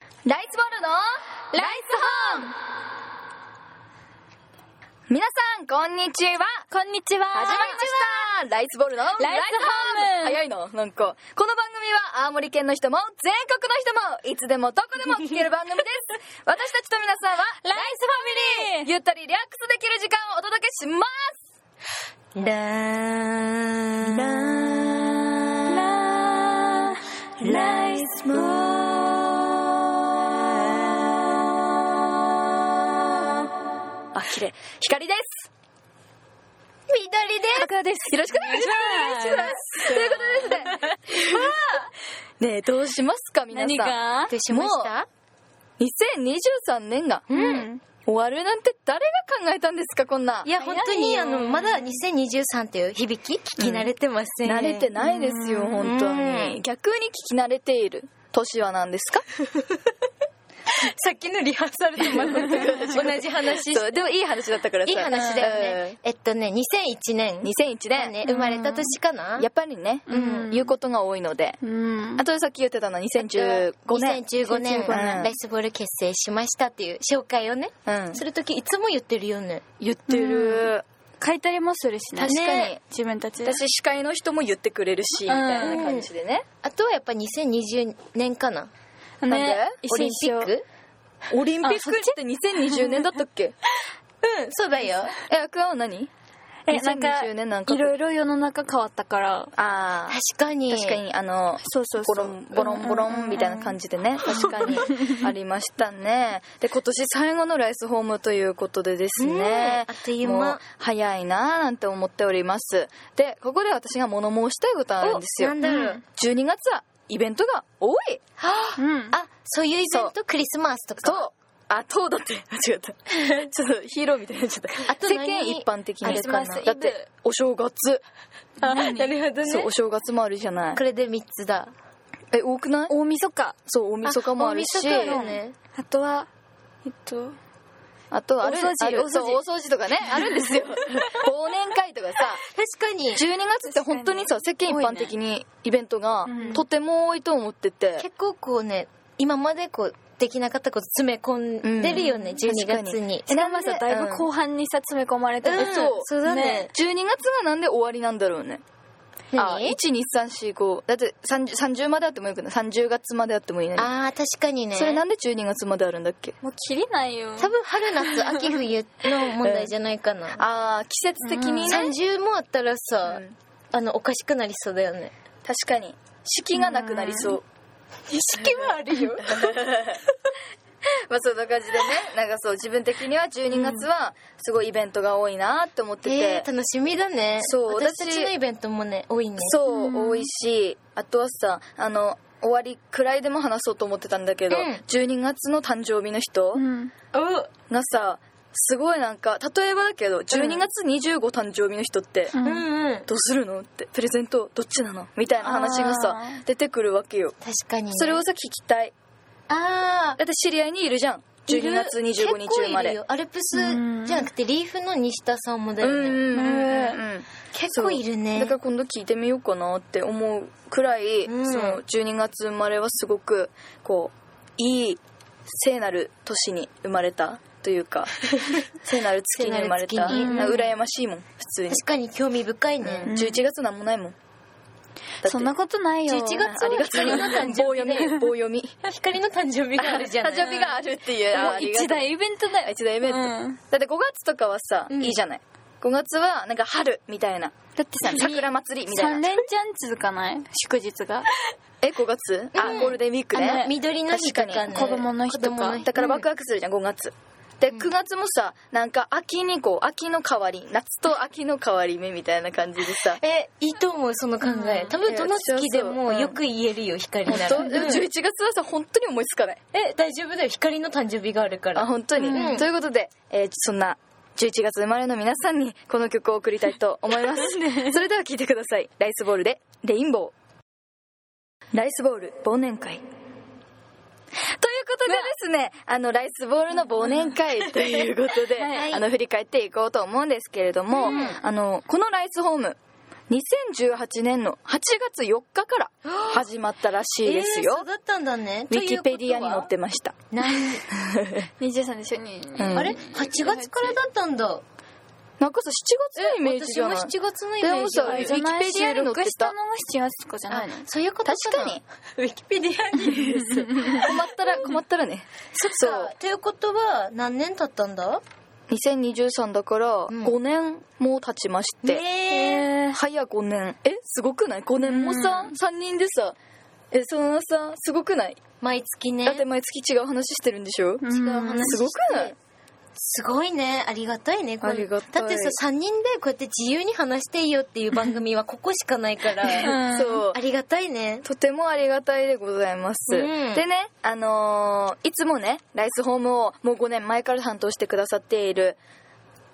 ライスボールのライスホーム皆さん、こんにちはこんにちは。始まりましたライスボールのライスホライス早ホームいな、なんか。この番組は青森県の人も全国の人もいつでもどこでも聞ける番組で す。私たちと皆さんはライスファミリーゆったりリラックスできる時間をお届けしますラーラーライスボーあ、綺麗。光です緑で赤です。よろしくお願いします。お願いしということでですね。まあねえ、どうしますか、皆さん。何がどうしました2023年が、うん。終わるなんて誰が考えたんですか、こんな。いや、本当に、早あいよの、まだ2023っていう響き聞き慣れてませんね。慣れてないですよ、本当に。逆に聞き慣れている年は何ですか さっきのリハーサルと同じ話そう、でもいい話だったからさ。いい話だよね。えっとね、2001う年ん。2001が年。ね、生まれた年かなやっぱりね、うん言うことが多いので。うんあ。とさっき言ってたのは2015年。 2015年、 2015ライスボール結成しましたっていう紹介をね。うん。するときいつも言ってるよね。言ってる。書いたりもするしね。確かにね自分たちで。私、司会の人も言ってくれるし、みたいな感じでね。あとはやっぱ2020年かな。なんでオリンピックオリンピックって2020年だったっけうん、そうだよ。え、アクアは何え、なんか、 2020年なんかいろいろ世の中変わったから。ああ確。かに。確かにあのそうそうボそロうンボロンボロンみたいな感じでね確か にありましたねで今年最後のライスホームということでですねねあっという間もう早いなぁなんて思っておりますでここで私が物申したいことがあるんですよおなんだろう12月はイベントが多いうん。あ、そういうイベントクリスマスとか。とあとだって 間違ったちょっとヒーローみたいになっちゃったあと世何間一般的にあれかなだってお正月あ、なるほどそうお正月もあるじゃないこれで3つだ。え多くない大晦日。そう大晦日もあるし大晦日だよね。あとは、えっと、あとある大掃除ある大掃除そう大掃除とかねあるんですよ忘年会とかさ確かに。 12月って本当にさ世間一般的にイベントがうんとても多いと思ってて、結構こうね今までこうできなかったこと詰め込んでるよね、12月にえ、なんかさ、だいぶう後半にさ、詰め込まれてる。うんそうそうだね12月がなんで終わりなんだろうねあ何12345だって 30, 30まであってもよくない30月まであってもいいのにあー確かにねそれなんで12月まであるんだっけもう切れないよ。多分春夏秋冬の問題じゃないかな、ああ季節的にね、 30もあったらさ、うんあのおかしくなりそうだよね確かに四季がなくなりそう、意識はあるよ まあそんな感じでねなんかそう自分的には12月はすごいイベントが多いなって思ってて、えー、楽しみだねそう私たち私のイベントもね多いねそう、うん多いしあとはさあの終わりくらいでも話そうと思ってたんだけど、うん12月の誕生日の人うん。がさすごいなんか例えばだけど12月25誕生日の人って、う。うんんうんどうするのってプレゼントどっちなのみたいな話がさあー出てくるわけよ確かに、ね、それをさ聞きたいあだって知り合いにいるじゃんーいる12月25日生ま結構いるれよアルプスじゃなくてリーフの西田さんもだうんようね、んうんうんうん結構いるねだから今度聞いてみようかなって思うくらい、うんその12月生まれはすごくこういい聖なる年に生まれたという か聖なる月に生まれ聖なたる月になんか羨ましいもん普通に、確かに興味深いね、うん11月なんもないもんだってそんなことないよ。 11月はありがたい光の棒誕生日読み棒読み光の誕生日があるじゃな い誕生日があるっていうもあうりがたい一大イベントだ よ。一大イベント、うんだって5月とかはさ、うんいいじゃない5月はなんか春みたいなだってさ、桜祭りみたい3な連チャン続かない祝日が。え5月、あゴールデンウィークねあの緑の日とかね確子供の日とか子供の日だからワクワクするじゃん5月で9月もさなんか秋にこう秋の変わり夏と秋の変わり目みたいな感じでさえいいと思うその考え、うん多分どの月でいやそうもそうよく言えるよ光本なら、当でも11月はさ本当に思いつかないえ大丈夫だよ光の誕生日があるかあら本当に、うんということで、えーそんな11月生まれの皆さんにこの曲を送りたいと思います それでは聴いてくださいライスボールで「レインボー」ライスボール忘年会ということでですね、あの、ライスボールの忘年会という ことで、はいあの、振り返っていこうと思うんですけれども、あの、このライスホーム、 2018年の8月4日から始まったらしいですえーよそう、だったんだね。ウィキペディアに載っというてましたことは。何23でしょに、うんあれ ?8 月からだったんだ。なんかさ7月のイメージじゃ私もない7月のイメでーもジさがあウィるキペディアに載って録したたのが7月とかじゃないのあそういうこと確かに。ウィキペディアに。困ったら困ったらね そっか。ということは、何年経ったんだ2023だからうん5年も経ちまして、ねえ。早5年えすごくない5年もさ、う3人でさえそのさすごくない毎月ね。だって毎月違う話してるんでしょ、うん違う話してすごくないすごいねありがたいねこれありがたいだってさ3人でこうやって自由に話していいよっていう番組はここしかないから あうんそうりがたいねとてもありがたいでございます、うんでねあのーいつもねライスホームをもう5年前から担当してくださっている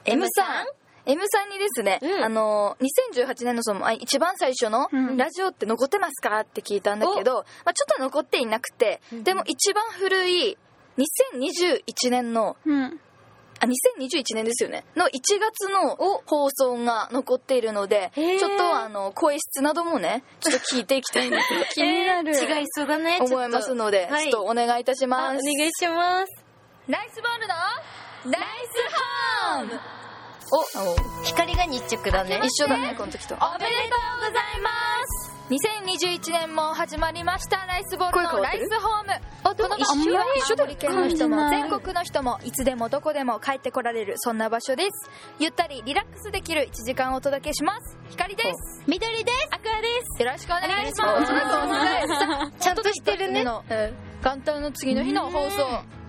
M さん M さんにですね、うんあのー2018年のそのあ一番最初のうんラジオって残ってますかって聞いたんだけど、まあ、ちょっと残っていなくて、うんでも一番古い2021年のうんあ2021年ですよねの1月の放送が残っているのでへーちょっとあの声質などもねちょっと聞いていきたい なと気になる、違いそうだねちょっと思いますので、はいちょっとお願いいたしあおま願いすしますライスボールのライスホームお光が日直だね一緒だねこの時とおめでとうございます2021年も始まりましたライスボールのライスホームこの一緒だ一緒だ県の人もうん全国の人もいつでもどこでも帰ってこられるそんな場所ですゆったりリラックスできる1時間をお届けします光です緑ですアクアですよろしくお願いしますお願お願いします ちゃんとしてるね元旦の次の日の放送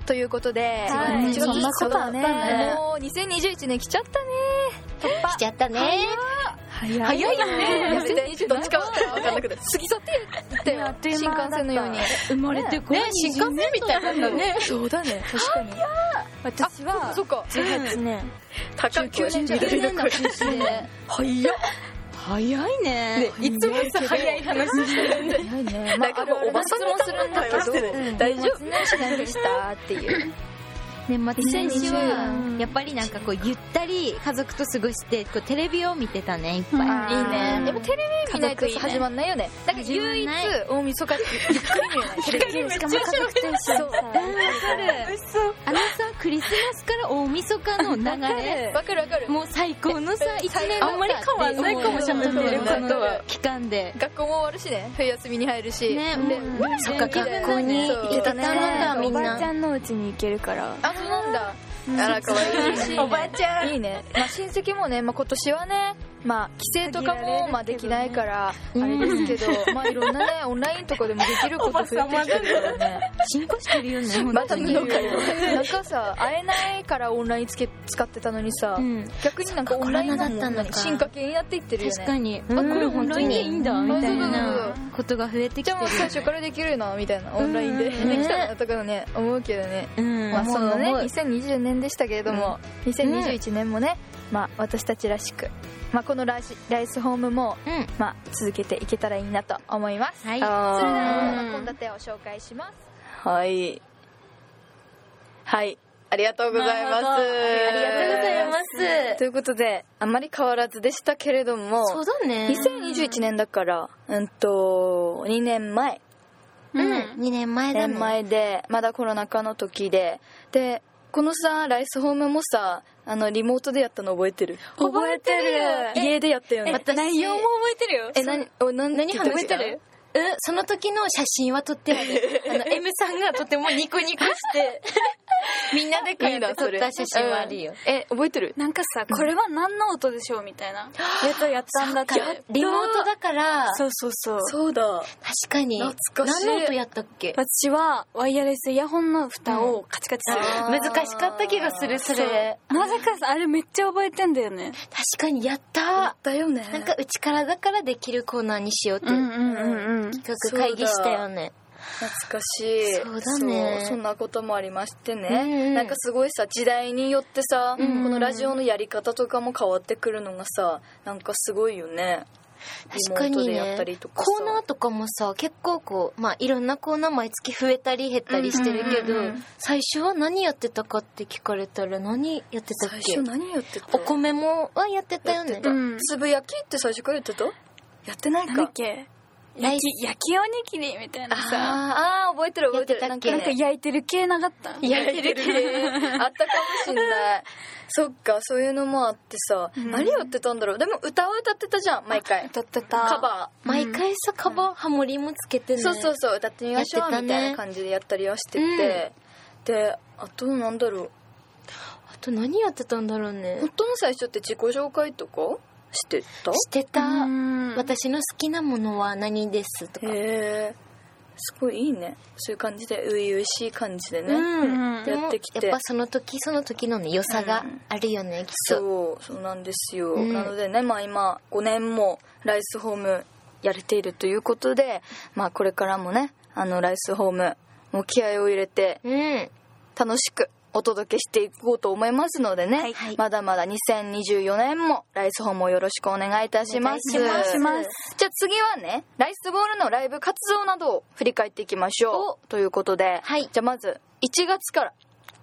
ということで、は1い月そんなことはねもう2021年来ちゃったね来ちゃったね早いよね。やめてどっちかわかんなくて。過ぎ去って言ってあっという新間だっ幹た線のように。生まれてこね新幹線みたいなんだねそうだね。確かに。私はそっか。 18年高い9年じゃ緑の 声ね早っ。早いねいつもさ早い話してるんだよ。早いねなんかもうおばさんもするんだけど、大丈夫。年始何でしたっていう年末年始うはんやっぱりなんかこうゆったり家族と過ごしてこうテレビを見てたねいっぱい、あーいいね。でもテレビ見ないと家族いいね始まんないよね。だから唯始一まんない大晦日ゆっくり見るねテレビ。しかも家族と一緒にさあーわかるあのさクリスマスから大晦日の流れわかるわかる。もう最高のさ一年あんまり変わんないかもしれなちいょっとねこの期間で学校も終わるしね。冬休みに入るし。ねでもううんそっか元気で学校にそう行けたね行けみおんばあちなゃんのうちに行けるからあ、そうなんだ。あら、かわいいし。おばあちゃん。いいね。まあ、親戚もね、まあ、今年はね、まあ、帰省とか限られるけども、ねまあ、できないから、あれですけど、まあ、いろんなね、オンラインとかでもできること増えてきてるからね。進行してるよね本また当布に、よ。なんかさ、会えないからオンラインつけ使ってたのにさ、うん、逆になんかオンラインそっかコロナだったのか進化系になっていってるよね。確かに、んあこれオンラインでいいんだ本み当たにいそうそうなそことが増えてきじてゃあもう最初るからできるな、みたいな、オンラインで。でうんきたなとかね、思うけどね。うんまあ、そのね思う2020年でしたけれども、2021年もね、まあ、私たちらしく、まあ、このライスライスホームも、うんまあ、続けていけたらいいなと思います、はいそれであは献立を紹介しますはいはいありがとうございますありありがとうございますすということであまり変わらずでしたけれどもそうだね2021年だからうんと2年前うん2年前だね年前でまだコロナ禍の時ででこのさライスホームもさあのリモートでやったの覚えてる覚えてる家でやったよね私内容も覚えてるよえ何お何何聞いた話してるうん、その時の写真は撮って ある。あの、M さんがとてもニコニコして、みんなでこいうやいっなて撮そっれた写真はあるよ。うんえ覚えてるなんかさこれは何の音でしょうみたいなやつをやったんだって リモートだから、確そうそうそうそうだかに。懐かしい何の音やったっけ私はワイヤレスイヤホンの蓋をカチカチする、あ難しかった気がする、それ。なぜかさあれめっちゃ覚えてんだよね確かにやっあた。だよねなんか、うちからだからできるコーナーにしようって、うんうんうん企画会議したよね。懐かしいそうだねそうそんなこともありましてね、うんうんなんかすごいさ時代によってさ、うんこのラジオのやり方とかも変わってくるのがさなんかすごいよね確かにリモートでやったねりと。かさコーナーとかもさ、結構こう、まあいろんなコーナー毎月増えたり減ったりしてるけどうんうんうんうん、最初は何やってたかって聞かれたら何やってたっ最け初何やってたお米もはやってたよね。うんつぶやきって最初から言ってたやってないなんだかっけライ焼き焼きおにぎりみたいなさあーあー覚えてる覚えてるやってたっけなんか焼いてる系なかった焼いてるね あったかもしんないそっかそういうのもあってさ、うん何やってたんだろうでも歌は歌ってたじゃん毎回歌ってたカバ毎回さカバーハモリもつけてー、ねそうそうそう歌ってみましょやっう、てたねみたいな感じでやったりはしてて、であとなんだろうあと何やってたんだろうね本当の最初って自己紹介とかしてたしてた、うん私の好きなものは何ですとか、へえすごいいいねそういう感じで初々しい感じでね、うんでもやってきてやっぱその時その時のね良さがあるよね、きっとそうそうなんですよ、うんなのでね、まあ、今5年もライスホームやれているということで、まあ、これからもねあのライスホームも気合を入れてうん楽しくお届けしていこうと思いますのでね、はいはいまだまだ2024年もライスホームをよろしくお願いいたしますお願いしますじゃあ次はねライスボールのライブ活動などを振り返っていきましょうということで、はいじゃあまず1月から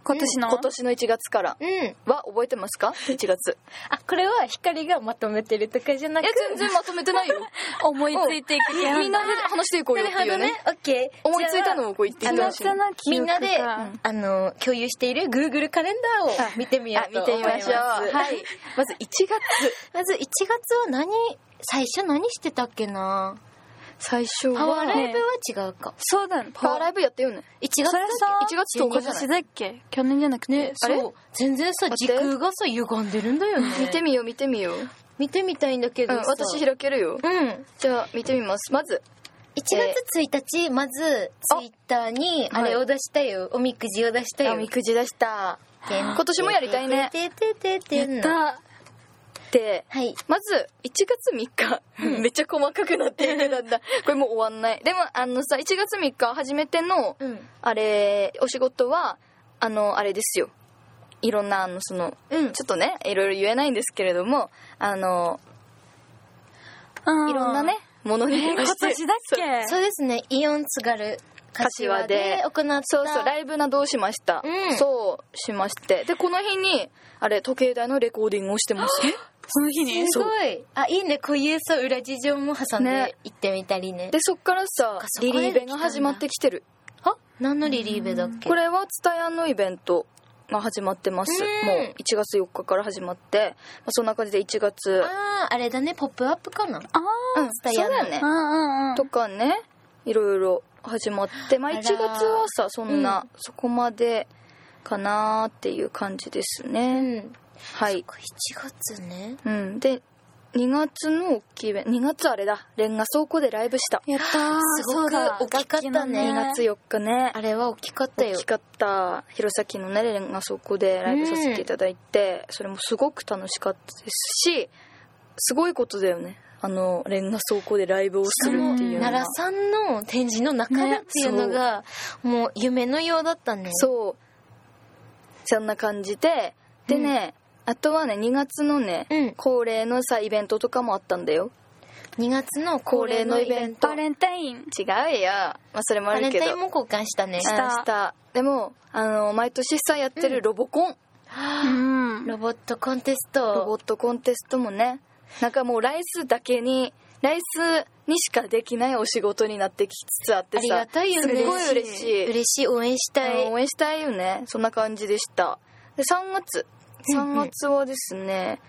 今年の今年の1月からうんは覚えてますか1月 あこれは光がまとめてるとかじゃないくや全然まとめて ないよ思いついていく系なんだみんなで話していこうよっていうねオッケー思いついたのをこう言ってあみのましょう夏の記憶みんなで、かあの共有している Google カレンダーを見てみよあうと見思ていみまましすょうはいまず1月まず1月は何最初何してたっけな最初パワーラはイブは違うかそうだねパワーライブやったよね1月だっそれさ1月10日じゃない今年だっけ去年じゃなくて、けあれそう全然さ待時って空がさ歪んでるんだよね見てみよう見てみよう、う見てみたいんだけどん、さ私開けるようん1じゃあ見てみますまず月1日まずあツイッターにあれを出したよおみくじを出したよおみくじ出した今年もやりたいねてててててんのだではいまず1月3日めっちゃ細かくなっていくなんだこれもう終わんないでもあのさ1月3日初めてのうんあれお仕事はあのあれですよいろんなあのそのうんちょっとねいろいろ言えないんですけれどもあのうんいろんなねものにえ今対して年だっけそうですねイオン津軽柏柏でで行ったそうそうライブなどをしました、うんそうしましてでこの日にあれ時計台のレコーディングをしてましたその日にすごいあいいねこういうそう裏事情も挟んねで行ってみたりねでそっからさかそこリへリーベが始まってきてるあ何のリリーベだっけこれは蔦屋のイベントが始まってますうんもう1月4日から始まって、まあ、そんな感じで1月あああれだねポップアップかなあうん蔦屋そうのだよねあうんうんうんとかねいろいろ始まってまああ1ら月はさそんな、そこまでかなーっていう感じですうね、んはい、 1月ねうん、で2月の大きいイベント2月あれだレンガ倉庫でライブしたやったーすごくそうだ大きかったね2月4日ねあれは大きかった大よきかった弘前のねレンガ倉庫でライブさせていただいて、それもすごく楽しかったですしすごいことだよねあのレンガ倉庫でライブをするっていうの奈は良さんの展示の中だっていうのが、もう夢のようだったねそうそんな感じででね、あとはね2月のね、うん恒例のさイベントとかもあったんだよ2月の恒例のイベントバレンタイン違うよまあそれもあバレるンけどタインも交換したうねんしたでもあの毎年さやってるロボコン、うんロボットコンテスロボトットコンテストもねなんかもうライスだけにライスにしかできないお仕事になってきつつあってさありがたいよねすごい嬉しい嬉しい応援したい、うん応援したいよねそんな感じでしたで3月うんうん3月はですね、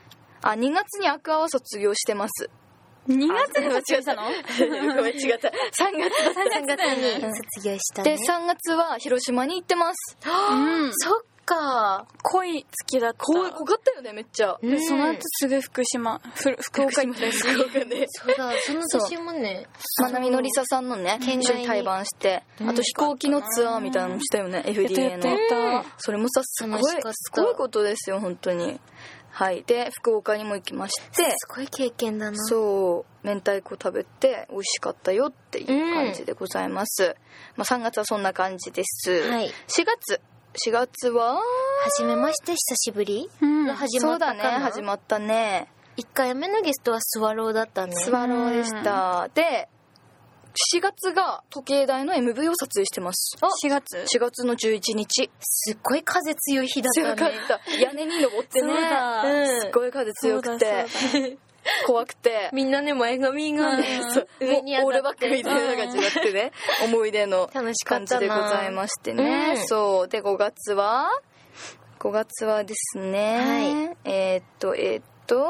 あ2月にアクアは卒業してます 2月に卒業したのごめん違った3月3月に卒業したでね3月は広島に行ってますうんそっか濃い月だった濃い濃かったよねめっちゃうでんその後すぐ福島ふ福岡にったしねそうだその年もねまなみのりささんのね県一緒外にに対バンしてうんあと飛行機のツアーみたいなのもしたよねやったや FDA ったのやったそれもさすごい楽しかったすごいことですよ本当にはいで福岡にも行きましてすごい経験だなそう明太子食べて美味しかったよっていう感じでございます、まあ、3月はそんな感じです、はい4月4月は初めまして久しぶりうんが始まったかそうだねな始まったね1回目のゲストはスワローだったねスワローでしたで4月が時計台の MV を撮影してます4月4月の11日すっごい風強い日だ強っかたっねた屋根に登ってねそうだすごい風強くてそうだそうだ怖くてみんなね、前髪がね、そう上にもうオー上ルバがッっクて。みたいな感じになってね思い出の楽しか感っじたな。でございましてね、うんそうで5月は5月はですね、えーっとえーっと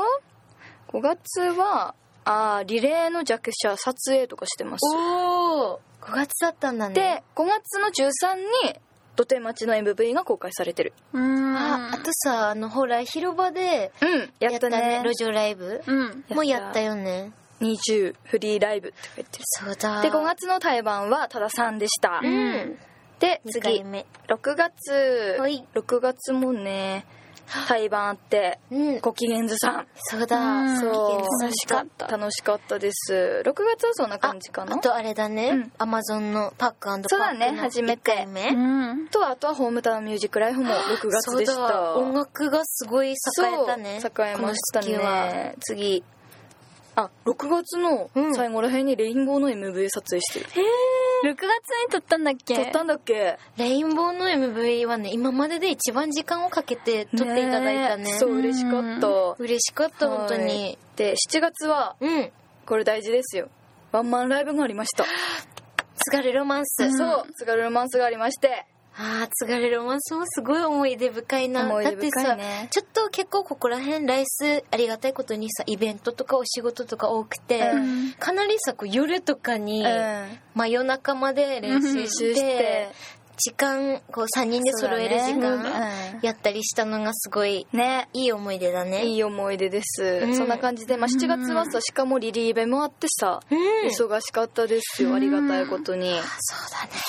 5月はあーリレーの弱者撮影とかしてますおー、5月だったんだね。で5月の13に土手町の MV が公開されてるうんあ、あとさ、あの、ほら、広場で、うんやったね路上ライブうんもうやったよね。 20フリーライブって書いてるそうだ。で5月の対バンは多田さんでした、うん。で2次回目。 6月、はい6月もね対バンあってうん。ご機嫌ずさんそうだ。そう楽しかった。楽しかったです6月はそんな感じかなああととあれだうねん。アマゾンのパックパックのそうだね初めて一回目うんあとはホームタウンミュージックライフも6月でしそうだた音楽がすごい栄えたねそう栄えましたこの時はね次あ6月のうん最後らへんにレインボーの MV 撮影してる、 6月に撮ったんだっけ撮ったんだっけレインボーの MV はね今までで一番時間をかけて撮っていただいたねそう嬉しかった、嬉しかった本当はいにで7月はうんこれ大事ですよワンマンライブがありました、 「津軽ロマンス」そう津軽ロマンスがありましてあー津軽ロマンスもすごい思い出深いな思いだ出って深さいねちょっと結構ここら辺ライスありがたいことにさイベントとかお仕事とか多くて、うんうんかなりさこう夜とかに、うん真夜中まで練習集中ししてて時間こう3人で揃える時そうだ間ねやったりしたのがすごいうんねいい思い出だねいい思い出です、うんそんな感じで、まあ、7月はさしかもリリーベもあってさ、うんそう忙しかったですよありがたいことに、だね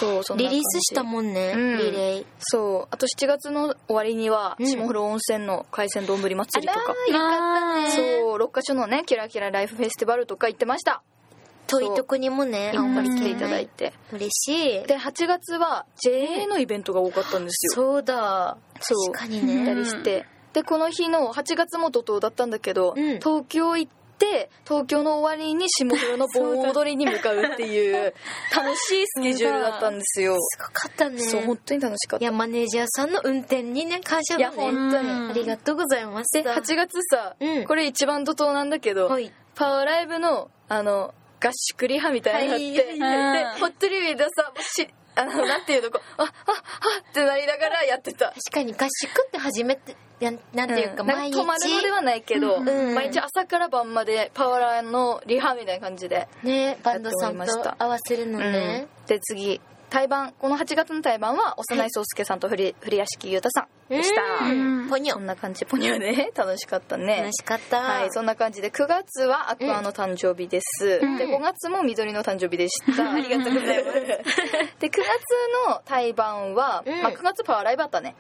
そうそんなリ感じリースしたもんね、うんリレーそうあと7月の終わりにはうん下風呂温泉の海鮮丼祭りとか、あらーよかったねそう6カ所のねキラキラライフフェスティバルとか行ってました遠いとこにもねい青っぱい来森県てねいただいて、嬉しいで8月は JA のイベントが多かったんですよ、そうだそう確かに行ったねりしてでこの日の8月も怒涛だったんだけど、うん東京行って東京の終わりに下風呂の盆踊りに向かうって いう楽しいスケジュールだったんですよ、すごかったねそう本当に楽しかっいたやマネージャーさんの運転にね感謝いやだ本ね当に、うんありがとうございますで8月さ、うんこれ一番怒涛なんだけど、はいパワーライブのあの合宿リハみたいなのがあって、はいでホットリビーでさしあのなんていうのこ うあああってなりながらやってた確かに合宿って初めてやんなんていうかんなん毎日泊まるのではないけど、うんうん毎日朝から晩までパワーライブのリハみたいな感じで、ねバンドさんやっておりましたと合わせるのねうんで次対バンこの8月の対バンは幼い宗介さんと古屋敷優太さんでした、うんポニョそんな感じポニョね楽しかったね楽しかったはい、そんな感じで9月はアクアの誕生日です、うんで5月も緑の誕生日でした、ありがとうございますで9月の対バンは、うんまあ、9月パワーライブあったね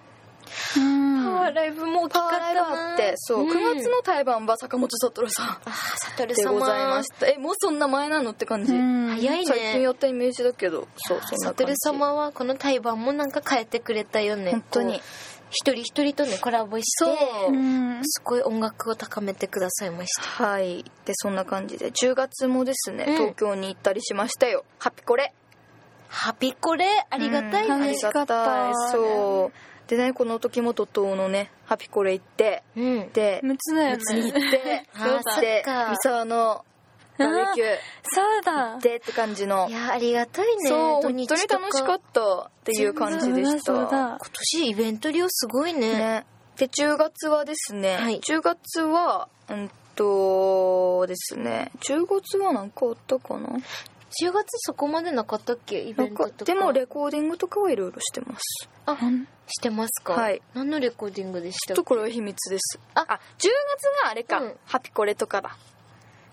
うんパワーライブも大きパかっワーラたイブあってそう、9月の対バンは坂本悟さあサトんルで様ございましたえもうそんな前なのって感じ、うん早い最近ねやったイメージだけどそうそんなサト感じル様はこの対バンもなんか変えてくれたよね本当にこう一人一人とねコラボしてそう、うんすごい音楽を高めてくださいましたはいでそんな感じで10月もですね、うん東京に行ったりしましたよハピコレハピコレありがたいうんあねりがたいそうでねこの時も怒涛のねハピコレ行ってうんで6つだよね別に行ってあーそしてそっか三沢のバーベキューそうだ行ってって感じのいやありがたいねそう土本日当に楽しかっったっていう感じでしそうだそうただ今年イベント量すごいねねで10月はですねはい10月はうんとですね10月はなんかあったかな10月そこまでなかったっけイベントなんかとかでもレコーディングとかはいろいろしてますあしてますかはい何のレコーディングでしちょたっとこれは秘密ですああ10月があれか、うんハピコレとかだ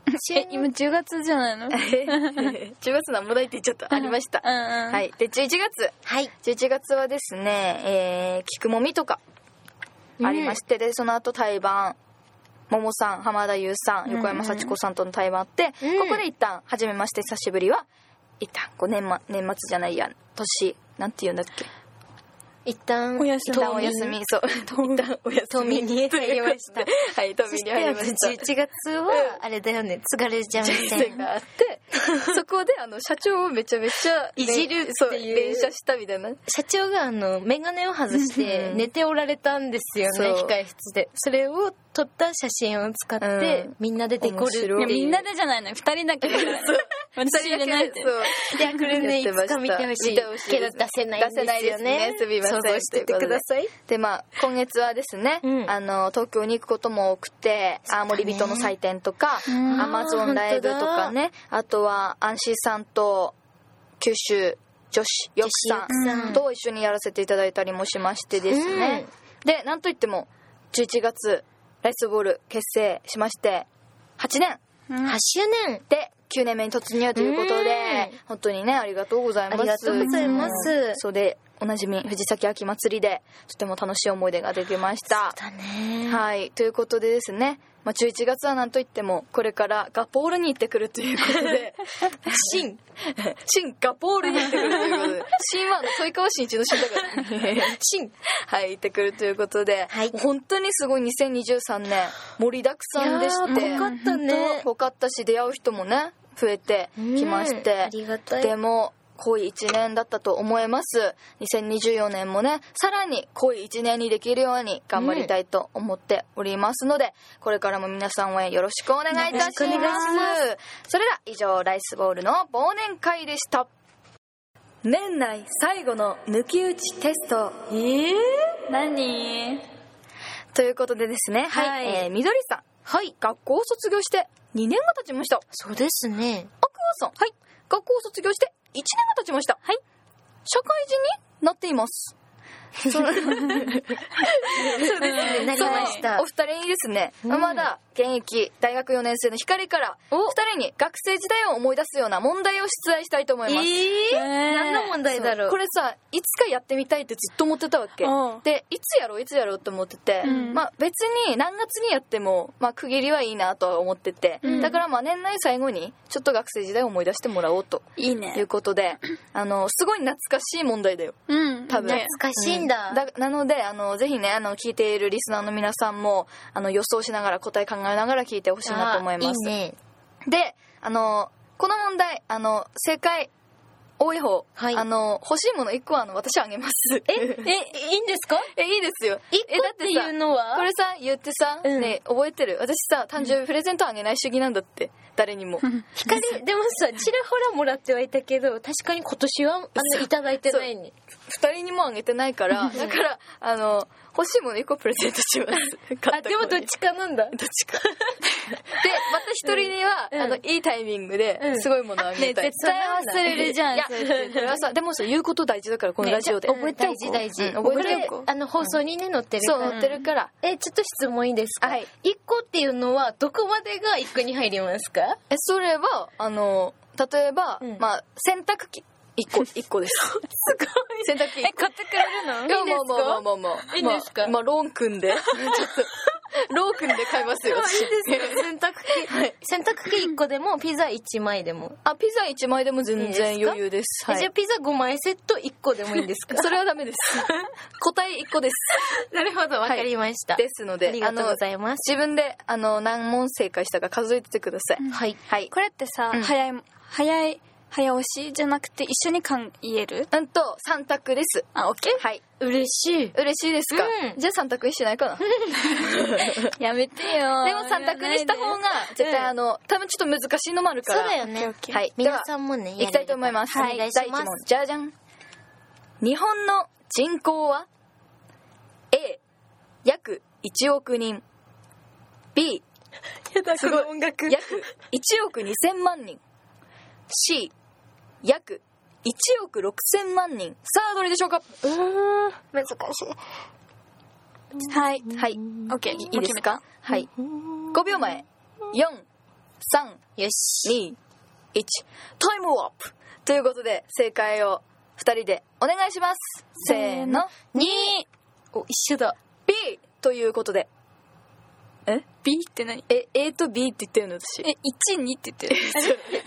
え今10月じゃないのうん10月なんもないって言っちゃったありましたうんはいで11月はい11月はですねえー、菊もみとかありまして、でその後対バン桃さん浜田優さん横山幸子さんとの対バンあって、うんここで一旦初めまして久しぶりは一旦こう年,、ま、年末じゃないや年なんて言うんだっけ一旦お休み一旦お休みそう一旦お休冬み眠に入りましたはい冬そし眠に入てりました11月はあれだよね津軽三味人生線があってそこであの社長をめちゃめちゃいじるっていうそう連射したみたいな 社長があの眼鏡を外してうん寝ておられたんですよねそう控え室でそれを撮った写真を使って、うんみんなでデコるっていう面白やみんなでじゃないのよ二人だけで私入れないってそうでくるねいやってまつか見てほしい見てほしいけど出せないんです出せよねないですねすみません想像しててくださいでまあ今月はですね、うんあの東京に行くことも多くて青森人の祭典とか、んアマゾンライブとかねあとはアンシーさんと九州女子よくさ女子よくさんんと一緒にやらせていただいたりもしましてですね、でなんといっても11月ライスボール結成しまして8年うん8周年で9年目に突入ということでうん本当にねありがとうございますありがとうございますうんそうでおなじみ藤崎秋祭りでとても楽しい思い出ができましただねはいということでですね、まあ、11月はなんといってもこれからガポールに行ってくるということ で 新新ガポールに行ってくるということ で新はあの豊川新一の新だから新はい行ってくるということで、はい本当にすごい2023年盛りだくさんでしていやー濃かったね本当濃かったし出会う人もね増えてきまして、うんありがたいでも濃い1年だったと思います2024年もねさらに濃い1年にできるように頑張りたいと思っておりますので、これからも皆さん応援よろしくお願いいたしますよろしくお願いしそれでは以上ライスボールの忘年会でした年内最後の抜き打ちテストええ何ということでですねはい、はいえー、みどりさんはい学校を卒業して2年が経ちましたそうですねアクアさんはい学校を卒業して1年が経ちましたはい社会人になっています そのねなりましたお二人にですね、うんまだ現役大学4年生の光から二人に学生時代を思い出すような問題を出題したいと思います、えーえー何の問題だろうこれさいつかやってみたいってずっと思ってたわけうんでいつやろういつやろうって思ってて、うんまあ別に何月にやっても、まあ、区切りはいいなとは思ってて、うんだからまあ年内最後にちょっと学生時代を思い出してもらおうといいいうねことであのすごい懐かしい問題だようん多分ね懐かしいんだ,、なのであのぜひねあの聞いているリスナーの皆さんもあの予想しながら答え考えながら聞いてほしいなと思いますあねであのこの問題あの正解多い方、はいあの欲しいもの1個はあの私あげますええいいんですか えいいですよ一個えだっていさうのはこれさ言ってさ、うんね覚えてる私さ誕生日プレゼントあげない主義なんだって誰にも光でもさちらほらもらってはいたけど確かに今年はあのいただいてないに2人にもあげてないからだからあの欲しいもの1個プレゼントし ます買あったでも子どっにちかなんだどっちかでまた一人には、うんあのいいタイミングでうんすごいものあげたい、ね絶対忘れるじゃんいやそれこれはさでもさ言うこと大事だからこの ラジオで、ねじゃあ覚えておこう大事大事、うん覚えておこうあの放送にね載ってるそうから載ってるから、えちょっと質問いいですか、はい1個っていうのはどこまでが1個に入りますかえそれはあの例えば、うんまあ洗濯機一 個一個ですすごい洗濯機一え買ってくれるの個いやもうもうもうもうもういいんですかまあ、まあ、ローン組んで ちょっとローン組んで買い ますよ私洗濯 機、洗濯機1個でもピザ1枚でも、 あピザ一枚でも全いい然ですか余裕ですえじゃあピザ5枚セット1個でもいいんですかそれはダメです答え一個です なるほどわかりました、ですのでありがとうございあますの自分であの何問正解したか数えててください、はいはいこれってさ、うん早い早い早押しじゃなくて一緒にかん言えるうんと3択ですあオッケはい嬉しい嬉しいですか、うんじゃあ3択にしないかなでーやめてよも3択にした方が絶対あの多分ちょっと難しいのもあるかそうらだよオねッケーはいでは皆さんもねいきたいと思います、はい、お願いし第1ま問すじゃじゃん日本の人口は A 約1億人 B すごい音楽約1億2000万人 C 約1億6000万人さあどれでしょうか難しいはいはいオッケーいいですかはい5秒前4321よしタイムアップということで正解を2人でお願いしますせーの2お一緒だ B ということで B って何え A と B って言ってるの私え一12って言ってる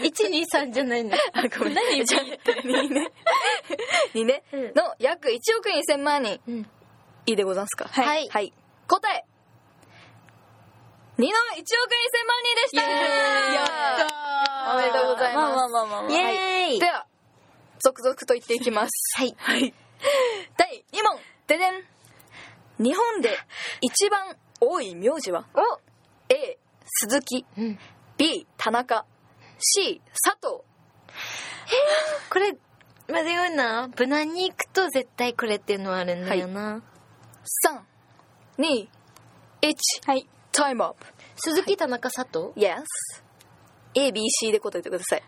123じゃないの あごめん何 B って2ね2ねうんの約1億2000万人うんいいでござんすかはい答え2の1億2000万人でしたやったおめでとうございますまあまあまあまあイエーイでは続々と言っていきますはい第2問ででん日本で一番多い名字は A 鈴木うん B 田中 C 佐藤これ迷うな無難に行くと絶対これっていうのはあるんだよな、 321はいタイムアップ鈴木田中佐藤 Yes ABC で答えてください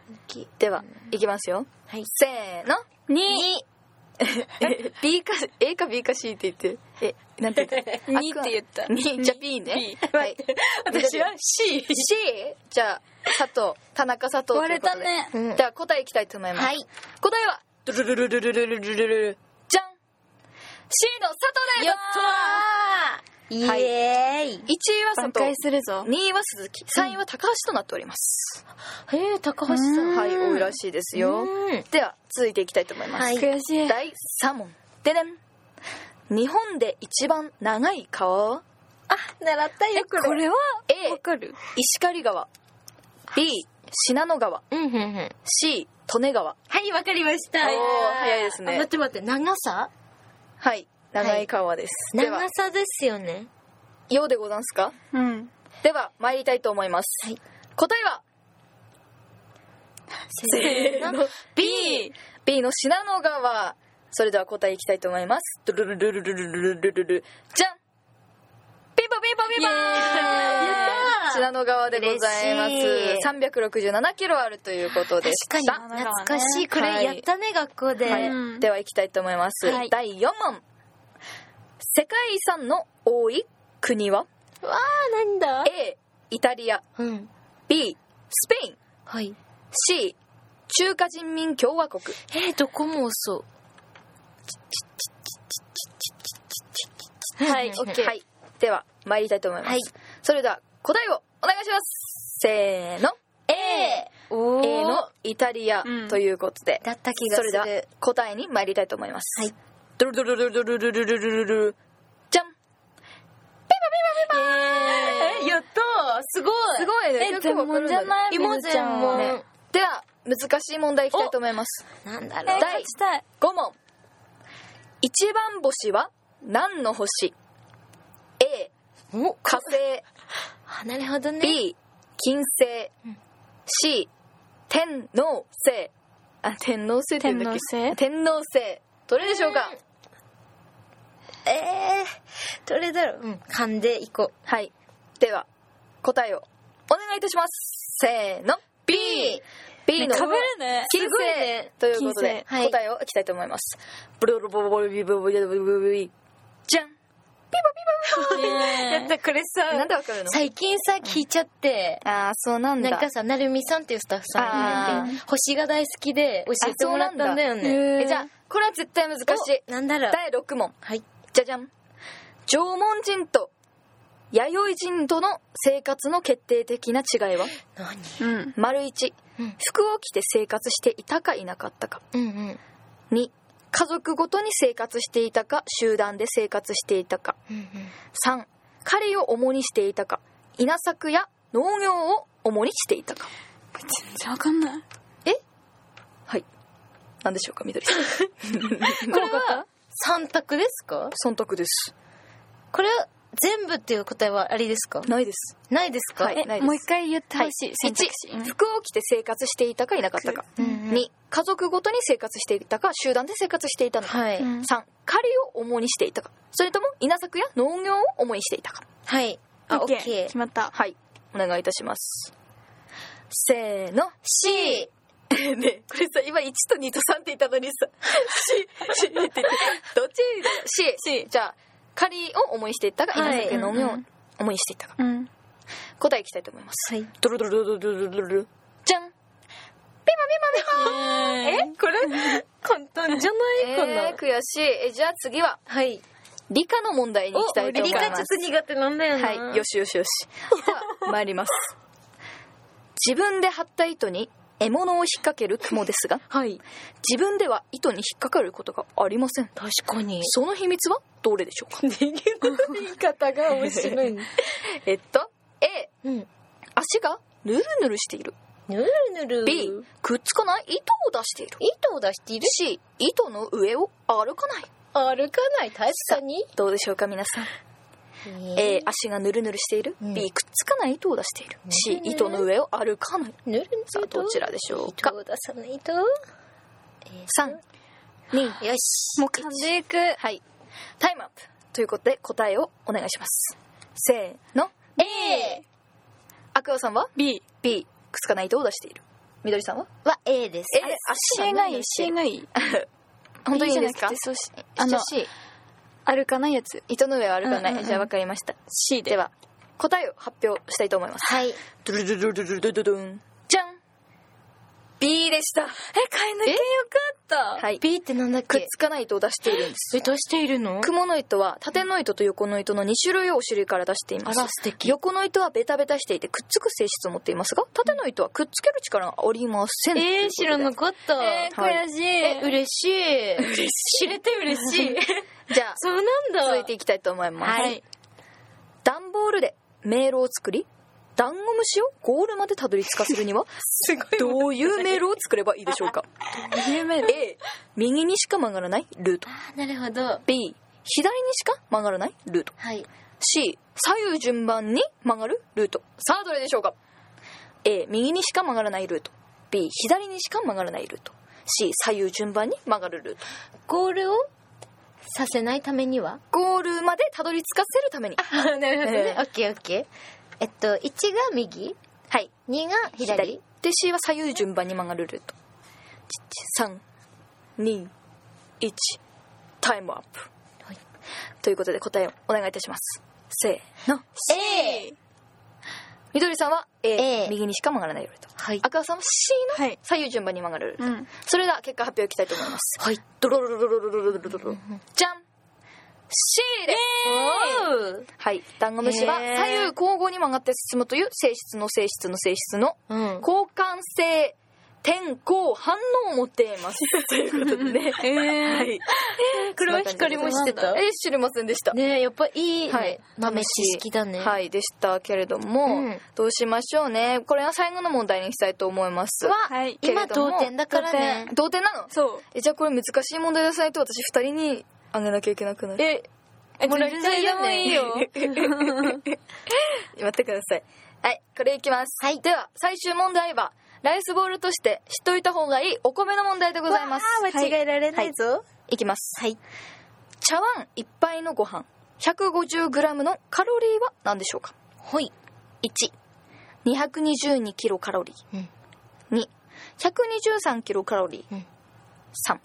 ではいきますよはいせーの 2, B か A か B か C って言ってえなんて言 った2って言った2じゃあ B ね B はい私は C C じゃあ佐藤田中佐藤ということ割でれたねうんでは答えいきたいと思います、はい答えはドゥルルルルルルルルルルルじゃん C の佐藤ですイエーイ、 1位は佐挽藤回するぞ2位は鈴木3位は高橋となっております、へえ高橋さんはい多いらしいですようんでは続いていきたいと思います、はい悔しい第3問ででん日本で一番長い川はあ習ったよこれは A わかる石狩川 B 信濃川うんうんうん C 利根川はいわかりましたおー早いですねあ待って待って長さはい長い川です、では長さですよねようでござんすかうんでは参りたいと思います、はい答えはせーの B B の信濃川それでは答えいきたいと思いますドゥルルルルルルルルルルルじゃんピンポンピンポンピンポンイエーイやったー信濃川でございます367キロあるということでした確かに懐かしいこはれいやったね学校で、はいうんでは行きたいと思います、はい第4問世界遺産の多い国はわあなんだ A イタリアうん。 B スペインはい。 C 中華人民共和国えー、どこもそう。はい、オッケー。はい。では、参りたいと思います。はいそれでは、答えをお願いします。せーの。A! A のイタリアうんということで。だった気がそすれる。では、答えに参りたいと思います。はい。ドゥルドゥルドゥルドゥルドゥルドゥルドゥルじゃんえー、やったすごいすごいね。えよくわかるんだね全問じゃないいもみずち全ゃん問、はねでは、難しい問題いきたいと思います。なんだえろ第う。勝ちたい5問。一番星は何の星 ?A、お火星。あなるほどね。 B 金星、うん C 天王星あ天王星って言うんだっけ天王星天王星どれでしょうか、うんえー、どれだろう。うん。噛んでいこはいでは答えをお願いいたしますせーの B B のかぶるね金星、ということで、金星答えをいきたいと思いますブルルブルブルブルブルブルブルブルじゃんう。やった、これなさんでわかるの最近さ、聞いちゃって。ああそうなんだなんかさ、なるみさんっていうスタッフさんがいて、星が大好きで教えてもらったんだよあそうなんね。だえじゃあこれは絶対難しいおなんだろう。第6問はい。じゃじゃん縄文人と弥生人との生活の決定的な違いは何うん丸1うん服を着て生活していたかいなかったかうんうん。 2家族ごとに生活していたか集団で生活していたかうんうん。 3狩りを主にしていたか稲作や農業を主にしていたか全然わかんないはい何でしょうかみどりさんこれは三択ですか 損得ですこれは全部っていう答えはありですかないですないですか、はいえないですもう一回言ってほしい選択肢うん1服を着て生活していたかいなかったかうんうん2家族ごとに生活していたか集団で生活していたのか、はい、うん3狩りを主にしていたかそれとも稲作や農業を主にしていたかはいあオッケ決まったはいお願いいたしますせーの C ねこれさ今1と2と3って言ったのにさ C, C って言ってどっち C, じゃあ狩りを主にしていったかはい稲作や農業うをん主にしていったか、うん答えいきたいと思いますはいドルドルドルドルドルドルじゃんえこれ簡単じゃないかな、えー、悔しいえじゃあ次ははい理科の問題に行きたいと思います理科ちょっと苦手なんだよなはい、よしよしよし。では、参ります。自分で張った糸に獲物を引っ掛ける雲ですが、はい自分では糸に引っ掛かることがありません。確かにその秘密はどれでしょうか言い方が面白いえっと、A、うん。足がぬるぬるしているぬるぬる。 B くっつかない糸を出している糸を出している C 糸の上を歩かない歩かない。確かに。どうでしょうか皆さんえ A 足がぬるぬるしている、うん B くっつかない糸を出している、ぬる C ぬる糸の上を歩かないぬるぬるさあどちらでしょうか糸を出さないと。 321よし。もう噛んでいく。はいタイムアップということで答えをお願いしますせーの A アクアさんは B。 B くっつかない糸を出しているみどりさんはは A です。 A 足がない足がいい。 本当にいいですかじゃなくてそうしああのの、歩かないやつ。糸の上は歩かない、うんうんうんじゃあ分かりました C で。では答えを発表したいと思いますはい。ドゥルルルルルルルルンじゃん B でしたえ、買い抜けよかった。はい B ってなんだっくっけつかない糸を出しているんですえ、出しているの雲の糸は縦の糸と横の糸の2種類をお尻から出していますあら素敵横の糸はベタベタしていてくっつく性質を持っていますが縦の糸はくっつける力がありませんえー、知らなかった。えー、はい悔しえ、い。嬉しい。嬉しい。知れて嬉 しい。じゃあそうなんだ。続いていきたいと思います、はい。段ボールで迷路を作りダンゴムシをゴールまでたどり着かせるには すごい。どういう迷路を作ればいいでしょうか A 右にしか曲がらないルートあーなるほど。 B 左にしか曲がらないルートはい。 C 左右順番に曲がるルートさあどれでしょうか A 右にしか曲がらないルート B 左にしか曲がらないルート C 左右順番に曲がるルートゴールをさせないために はゴールまでたどり着かせるためになるほどねオッケーオッケー。えっと、1が右、はい2が左。で C は左右順番に曲がるルート321タイムアップ、はいということで答えをお願いいたしますせーの A! みどりさんは A, A 右にしか曲がらないルートはい。赤さんは C のはい。左右順番に曲がるルート、うん。それでは結果発表いきたいと思いますはいドロロロロロロロロロロロじゃん C です、はいダンゴムシはえー左右交互に曲がって進むという性質の性質の性質のうん。交換性天候反応を持っていますということでねえーはいこれは光もしてたえ知りませんでしたねえ、やっぱいいね、はい豆知識だね。はいでしたけれども、うんどうしましょうねこれは最後の問題にしたいと思いますはい。けれども今同点だからね。同点なのそう。えじゃあこれ難しい問題出さないと私二人にあげなきゃいけなくないえ、え、もらい全たいよ然でもねいいよ。待ってくださいはいこれいきます、はい、では最終問題はライスボールとして知っといた方がいいお米の問題でございますわー間違えられないぞ。いきますはい茶碗一杯のご飯 150g のカロリーは何でしょうかほい。 1222キロカロリー、二2123キロカロリー、うん三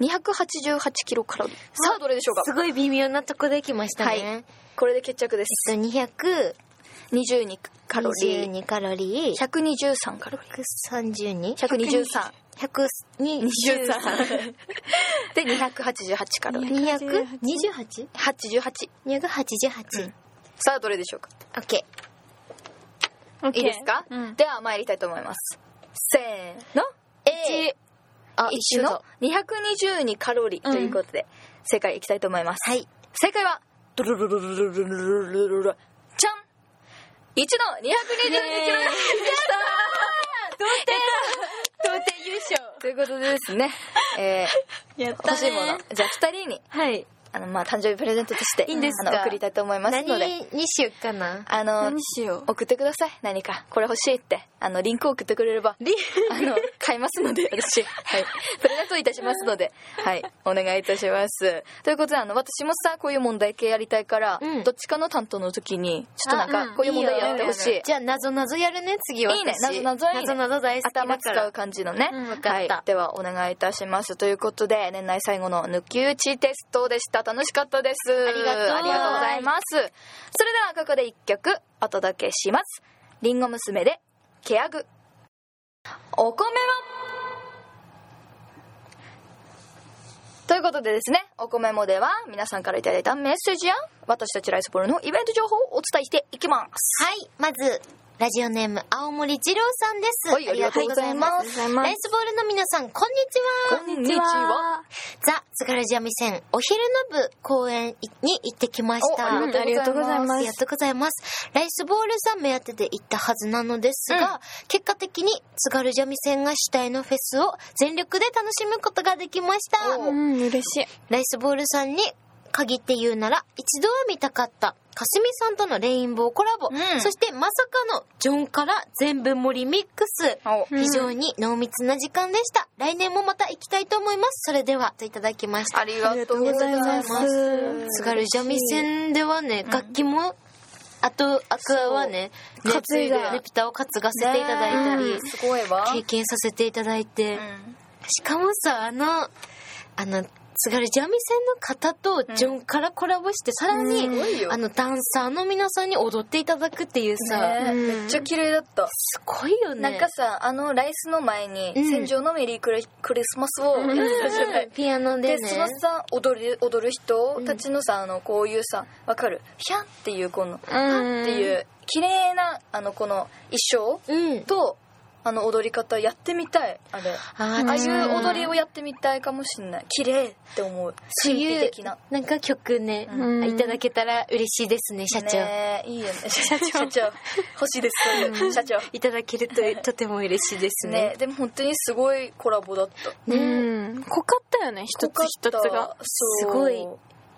3288キロカロリーさあどれでしょうすかごい微妙なとこできましたね。はいえっこれで決着ですと、200、 22カロリー22カロリー、 123カロリー132、 123 120、 23で288カロリー 228?288? 88 288。さあどれでしょうかオッケ オッケいーいですか、うん。では参りたいと思いますせーのー。A。あ、 1の222カロリーということで、正解いきたいと思います、はい。正解はドゥルルルルルルルルルルじゃん1の222キロカロリー同点優勝。ということでですね、えやっー、欲しいものじゃあ2人にはい。あのまあ誕生日プレゼントとしていいんですかあの送りたいと思います何のでにしよっかな。あの何しよう。送ってください何かこれ欲しいってあのリ ンクを送ってくれれ ばあの買いますので私、はい、プレゼントいたしますのではいお願いいたしますということであの私もさこういう問題系やりたいから、うんどっちかの担当の時にちょっとなんあうかんこういう問題やってほしい,、じゃあ、なぞなぞやるね、次は。いいね私なぞなぞいいねなぞなぞ大好きだから。頭使う感じのね、うんわかったはい、ではお願いいたしますということで年内最後の抜き打ちテストでした楽しかったですありがとうありがとうございますそれではここで一曲お届けしますりんご娘でケアグお米はということでですね、お米もでは皆さんからいただいたメッセージや私たちライスボールのイベント情報をお伝えしていきます。はい。まず、ラジオネーム青森二郎さんです。はいありがとうございますありがとうございますライスボールの皆さん、こんにちは。こんにちは。ザ・津軽三味線お昼の部公演に行ってきました。おありがとうございますありがとうございます。ライスボールさん目当てで行ったはずなのですが、結果的に津軽三味線が主体のフェスを全力で楽しむことができました。うん、嬉しい。ライスボールさんに限って言うなら一度は見たかったかすみさんとのレインボーコラボ、うんそしてまさかのジョンから全部盛りミックスお非常に濃密な時間でした来年もまた行きたいと思いますそれではといただきましたありがとうございます。ありがとうございます津軽三味線ではね楽器も、あとアクアはねね担いだレピタを担がせていただいたり、すごいわ。経験させていただいて、うんしかもさあのあの津軽三味線の方とジョンからコラボして、さらに、すごいよあのダンサーの皆さんに踊っていただくっていうさ、ねえめっちゃ綺麗だった。すごいよねなんかさ、あのライスの前に、うん戦場のメリークリクリスマスをやってたじゃない。ピアノ でで、ねそのさ、踊る、踊る人たちのさ、あの、こういうさ、わかるヒャンっていう、この、うんっていう、綺麗な、あの、この衣装うんと、あの、踊り方やってみたい、あれ。あああい私もう踊りをやってみたいかもしんない。綺麗って思う。そう神秘いう的な。なんか曲ね、うんいただけたら嬉しいですね社長、ねえいい よね。社長。社長。欲しいです。社長。いただけるととても嬉しいですねね、でも本当にすごいコラボだった。うん。濃かったよね、一つ濃一つかったが。そうすごい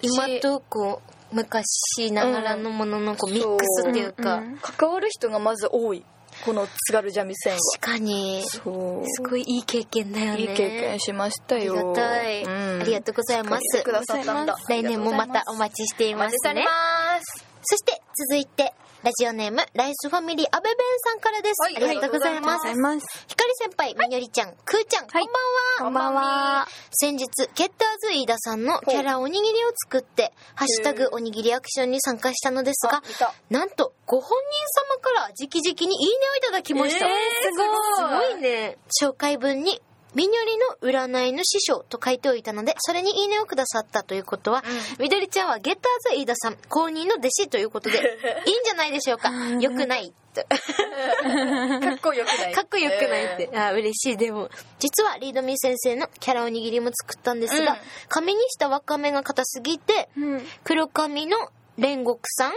今とこう昔ながらのもののこうミックスっていうか、うん関わる人がまず多いこの津軽三味線は確かにそうすごいいい経験だよねいい経験しましたありよがたい、うんありがとうございま聞いてすくださったんだ来年もまたお待ちしていおま待ちしすておりねますそして続いてラジオネームライスファミリーアベベンさんからです、はいありがとうございますあひりかます。り先輩みのりちゃんくーちゃん、こんばんはこんばんは先日ゲッターズ飯田さんのキャラおにぎりを作って「ハッシュタグおにぎりアクション」に参加したのですがあ見たなんとご本人様から直々にいいねをいただきました、えーすごいすごいね紹介文に「みのりの占いの師匠」と書いておいたのでそれにいいねをくださったということは、みどりちゃんはゲッターズ飯田さん公認の弟子というこ とでいいんじゃないでしょうかよくないとかっこよくないかっこよくないって、あー嬉しいでも実はリードミー先生のキャラおにぎりも作ったんですが、うん紙にしたわかめが硬すぎてうん。黒髪の煉獄さんえ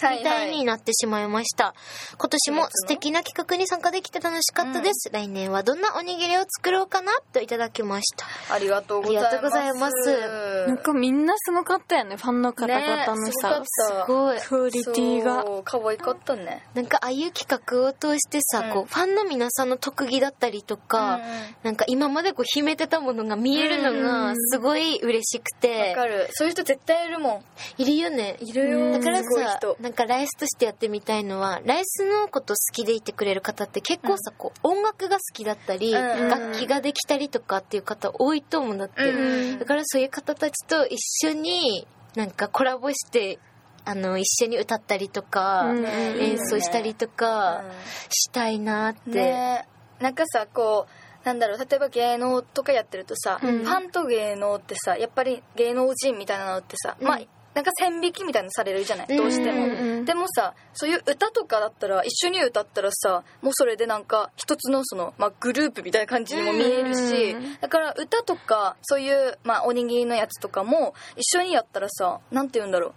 ーみたいになってしまいました、今年も素敵な企画に参加できて楽しかったです、来年はどんなおにぎりを作ろうかなといただきましたありがとうございますありがとうございますなんかみんなすごかったよね、ファンの方ねえ々のすごかさっ。すたごいクオリティが。そう可愛かったねなんかああいう企画を通してさ、うんこうファンの皆さんの特技だったりとか、うんなんか今までこう秘めてたものが見えるのがすごい嬉しくわて、かるそういう人絶対いるもいるよねんいるよだからすごいさ人なんかライスとしてやってみたいのはライスのこと好きでいてくれる方って結構さ、こう音楽が好きだったり、うん楽器ができたりとかっていう方多いと思うんだって、うんだからそういう方たちと一緒になんかコラボしてあの一緒に歌ったりとか、うん演奏したりとかうんしたいなって、ねえなんかさこうなんだろう例えば芸能とかやってるとさ、うフんァンと芸能ってさやっぱり芸能人みたいなのってさ、うんまあなんか線引きみたいなのされるじゃないどうしても、うんうんでもさそういう歌とかだったら一緒に歌ったらさもうそれでなんか一つのその、まあ、グループみたいな感じにも見えるし、うんだから歌とかそういう、まあ、おにぎりのやつとかも一緒にやったらさなんて言うんだろう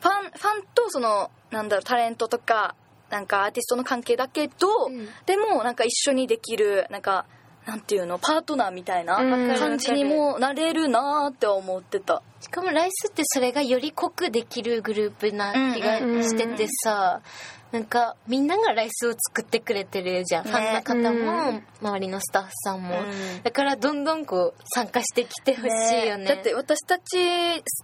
ファンファンとそのなんだろうタレントとかなんかアーティストの関係だけど、うんでもなんか一緒にできるなんかなんていうのパートナーみたいなうん感じにもなれるなーって思ってた、しかもライスってそれがより濃くできるグループな気がしててさ、なんかみんながライスを作ってくれてるじゃん、ねファンの方うも周りのスタッフさんも、うんだからどんどんこう参加してきてほしいよねだって私たち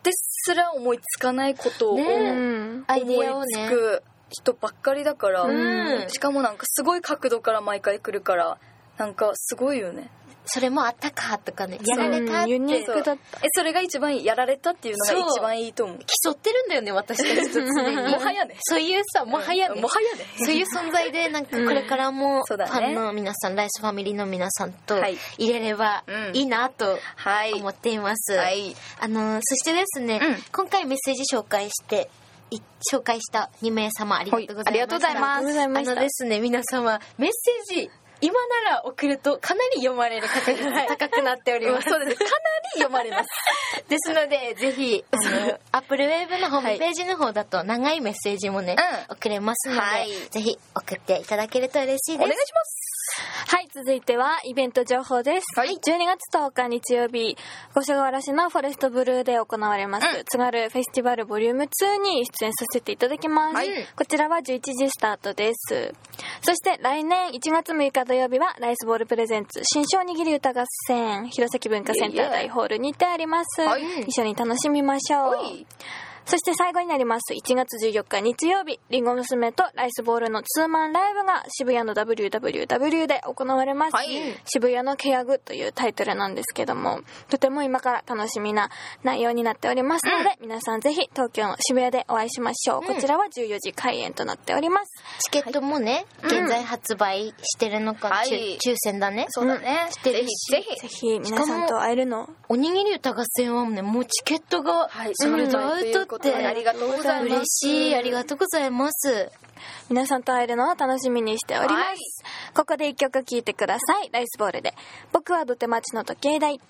ですら思いつかないことをねう思ん。アイデいアをつねく人ばっかりだから、うんしかもなんかすごい角度から毎回来るからなんかすごいよねそれもあったかとかねやられたっうんてユニークだった。えそれが一番いいやられたっていうのが一番いいと思う競ってるんだよね私たちと常に もはやねそういうさもはやね、もはやね そういう存在でなんかこれからもフそうだねァンの皆さん、ライスファミリーの皆さんとはい入れればうんいいなとはい思っています、はいあのそしてですね、うん今回メッセージ紹介してい紹介した2名様ありがとうござはいあいました、りがとうございますありがとうございまあのですね皆様メッセージ今なら送るとかなり読まれる確率高くなっております、そうですかなり読まれます ですのでぜひあのアップルウェーブのホームページの方だと長いメッセージもね、う送れますので、はいぜひ送っていただけると嬉しいお願でいしすますはい、続いてはイベント情報です。はい12月10日日曜日、五所川原市のフォレストブルーで行われます、うん津軽フェスティバルボリューム2に出演させていただきます。はいこちらは11時スタートです。そして来年1月6日土曜日はライスボールプレゼンツ新小握り歌合戦弘前文化センター大ホールにてあります。はい一緒に楽しみましょう。はいそして最後になります1月14日日曜日りんご娘とライスボールのツーマンライブが渋谷の WWW で行われます、はい渋谷のケアグというタイトルなんですけどもとても今から楽しみな内容になっておりますので、皆さんぜひ東京の渋谷でお会いしましょう、こちらは14時開演となっておりますチケットもね、現在発売してるのか、はい抽抽選だねそうだね、してぜるひしぜひぜひ皆さんと会えるのおにぎり歌合戦はねもうチケットがはいソールドアとウいうトこっとてでありがとうございます嬉しいありがとうございます皆さんと会えるのを楽しみにしております、はいここで一曲聴いてくださいライスボールで僕は土手町の時計台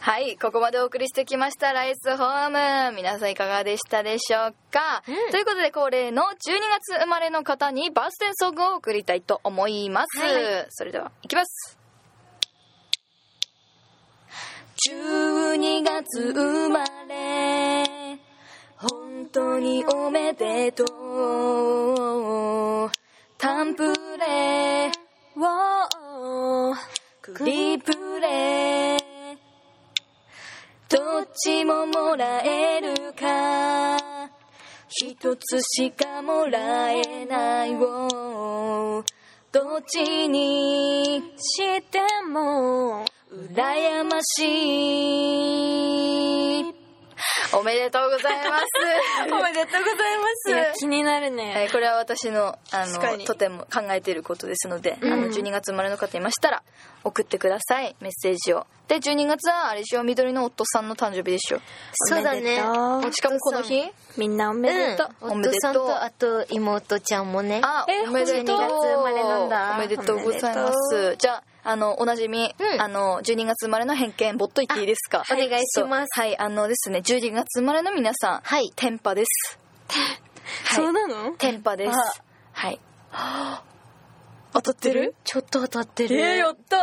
はい、ここまでお送りしてきましたライスホーム。皆さんいかがでしたでしょうか、うんということで恒例の12月生まれの方にバースデーソングを送りたいと思います。それでは、いきます。12月生まれ本当におめでとうタンプレをクリプレどっちももらえるか一つしかもらえないをどっちにしても羨ましいおめでとうございますおめでとういごや気になるね、はい、これは私のあ確かのにとても考えていることですので、あのうん12月生まれの方いましたら送ってくださいメッセージをで12月はあれでしょ緑の夫さんの誕生日でしょそうだねおめでとうしかもこの日みんなおめでとう、おうん、めで夫とさうんとあと妹ちゃんもねあえおめでとう12月生まれなんだおめでとうございますじゃああのおなじみ、うんあの12月生まれの偏見ぼっといていいですかあお願いしますそうはいあのですね12月生まれの皆さん、はい天パですはいそうなの天パですはい当たってるちょっと当たってる、った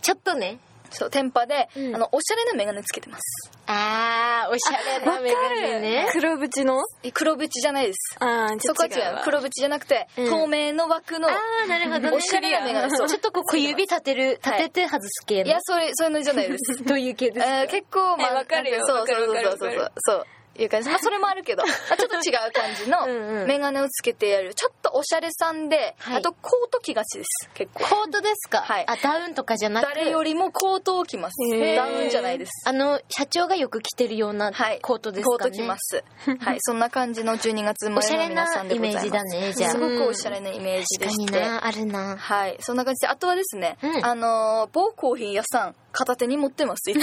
ちょっとねそう天パで、うんあのおしゃれな眼鏡つけてますあーおしゃれなメガネね黒縁の黒縁じゃないですああそこは違う黒縁じゃなくて、うん透明の枠のあーなるほどねおしゃれなメガネそうちょっとこう小指立てる立てて外す系いの、やそれそういうのじゃないですどういう系ですか、えー結構まあえわかるよなんそうそうわかるそうわそかうるそうそういう感じまあそれもあるけどまあちょっと違う感じうんうのんメガネをつけてやるちょっとおしゃれさんで、はいあとコート着がちです結構コートですか、はいあダウンとかじゃなく誰よりもコートを着ますへーダウンじゃないですあの社長がよく着てるようなはいコートですかね、コート着ますはいそんな感じの12月生おましゃれのれ皆さなんでイござメいーますジだねじゃあすごくおしゃれなイメージで確かしにてなあるなはいそんな感じであとはですね、うんあのー某コーヒー屋さん片手に持ってますいつも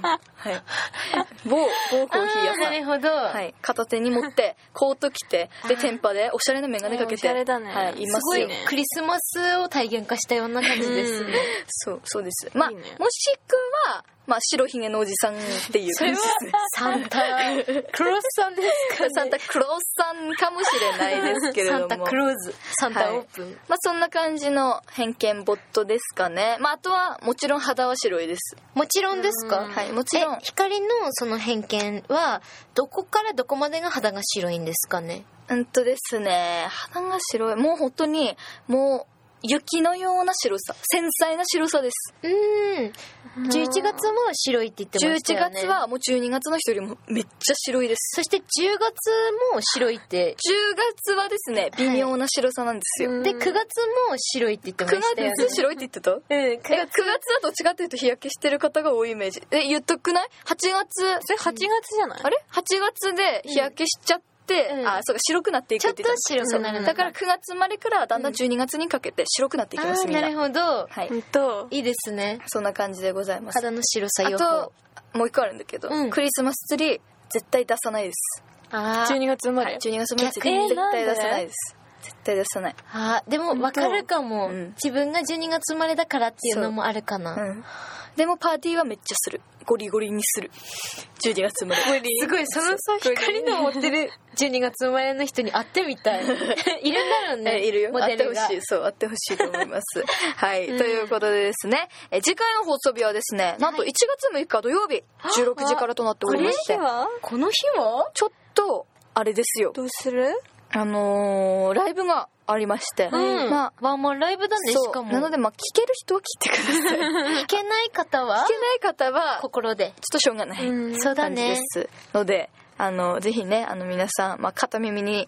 はい某某コーヒー屋さんほど、はい、片手に持 ってコート着てでテンパでおしゃれな眼鏡かけておしゃれだねはい、いますすごよいねクリスマスを体現化したような感じですね、そうそうですまあいいねもしくは、まあ、白ひげのおじさんっていう感じですねサン タクロスさんですか、ね、サンタクロースさんかもしれないですけれどサもンタクローズサンタオープン、まあそんな感じの偏見ボットですかねまああとはもちろん肌は白いですもちろんですか、うんはいもちろんえ光のその偏見はどこからどこまでが肌が白いんですかねうんとですね肌が白いもう本当にもう雪のような白さ繊細な白さですうーん11月も白いって言ってました11よね月はもう12月の人よりもめっちゃ白いですそして10月も白いって10月はですね微妙な白さなんですよ、うんで9月も白いって言ってま9したよね月白いって言ってたえう9ん9月だとどっちかっていうと日焼けしてる方が多いイメージえ言っとくない ?8 月それ8月じゃないあれ ?8 月で日焼けしちゃって、うんあそうか白くなっていくって言ってたちょっと白くなるそうのだかから9月までからだんだん12月にかけて白くなっていきます、あーみんななるほどはいうんといいですねそんな感じでございます肌の白さあ予報ともう一個あるんだけど、うんクリスマスツリー絶対出さないですあー12月生まはれ、い12月生まれ絶逆に対出さないです絶対出さないあーでも分かるかも、うん自分が12月生まれだからっていうのもあるかな、うんでもパーティーはめっちゃするゴリゴリにする12月生まれすごいそのさ光の持って る12月生まれの人に会ってみたいいるんだろうねえいるよモあデってルほがしいそうあってほしいと思い ますはい、ということでですねえ次回の放送日はですねなんと1月6日土曜日16時からとなっておりましてはこの日はちょっとあれですよどうするあのーライブがありまして、うん、まあワンマンライブだねそうしかもなのでまあ聞ける人は聞いてく ださい聞いけない方はけない方はちょっ心でとしょうがないうんそうだ感じでねすのであのぜひねあの皆さん、まあ、片耳に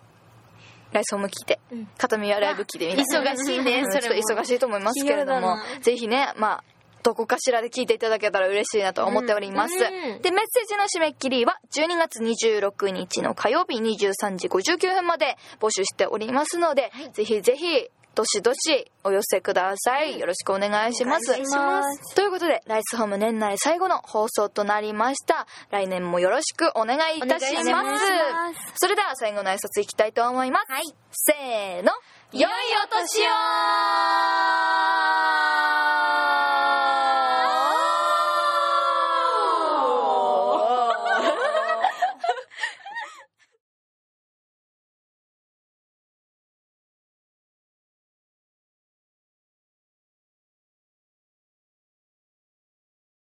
ライソンも聞いて、うん片耳はライブ聞いてみたいな忙しいねうんそれもちょっと忙しいと思いますけれど気軽だもなぜひねまあどこかしらで聞いていただけたら嬉しいなと思っております、うんうんでメッセージの締め切りは12月26日の火曜日23時59分まで募集しておりますので、ぜひぜひどしどしお寄せください、よろしくお願いしますお願いしますということでライスホーム年内最後の放送となりました来年もよろしくお願いいたしますお願いしまそれでは最後の挨拶い きたいと思います、せーの良いお年を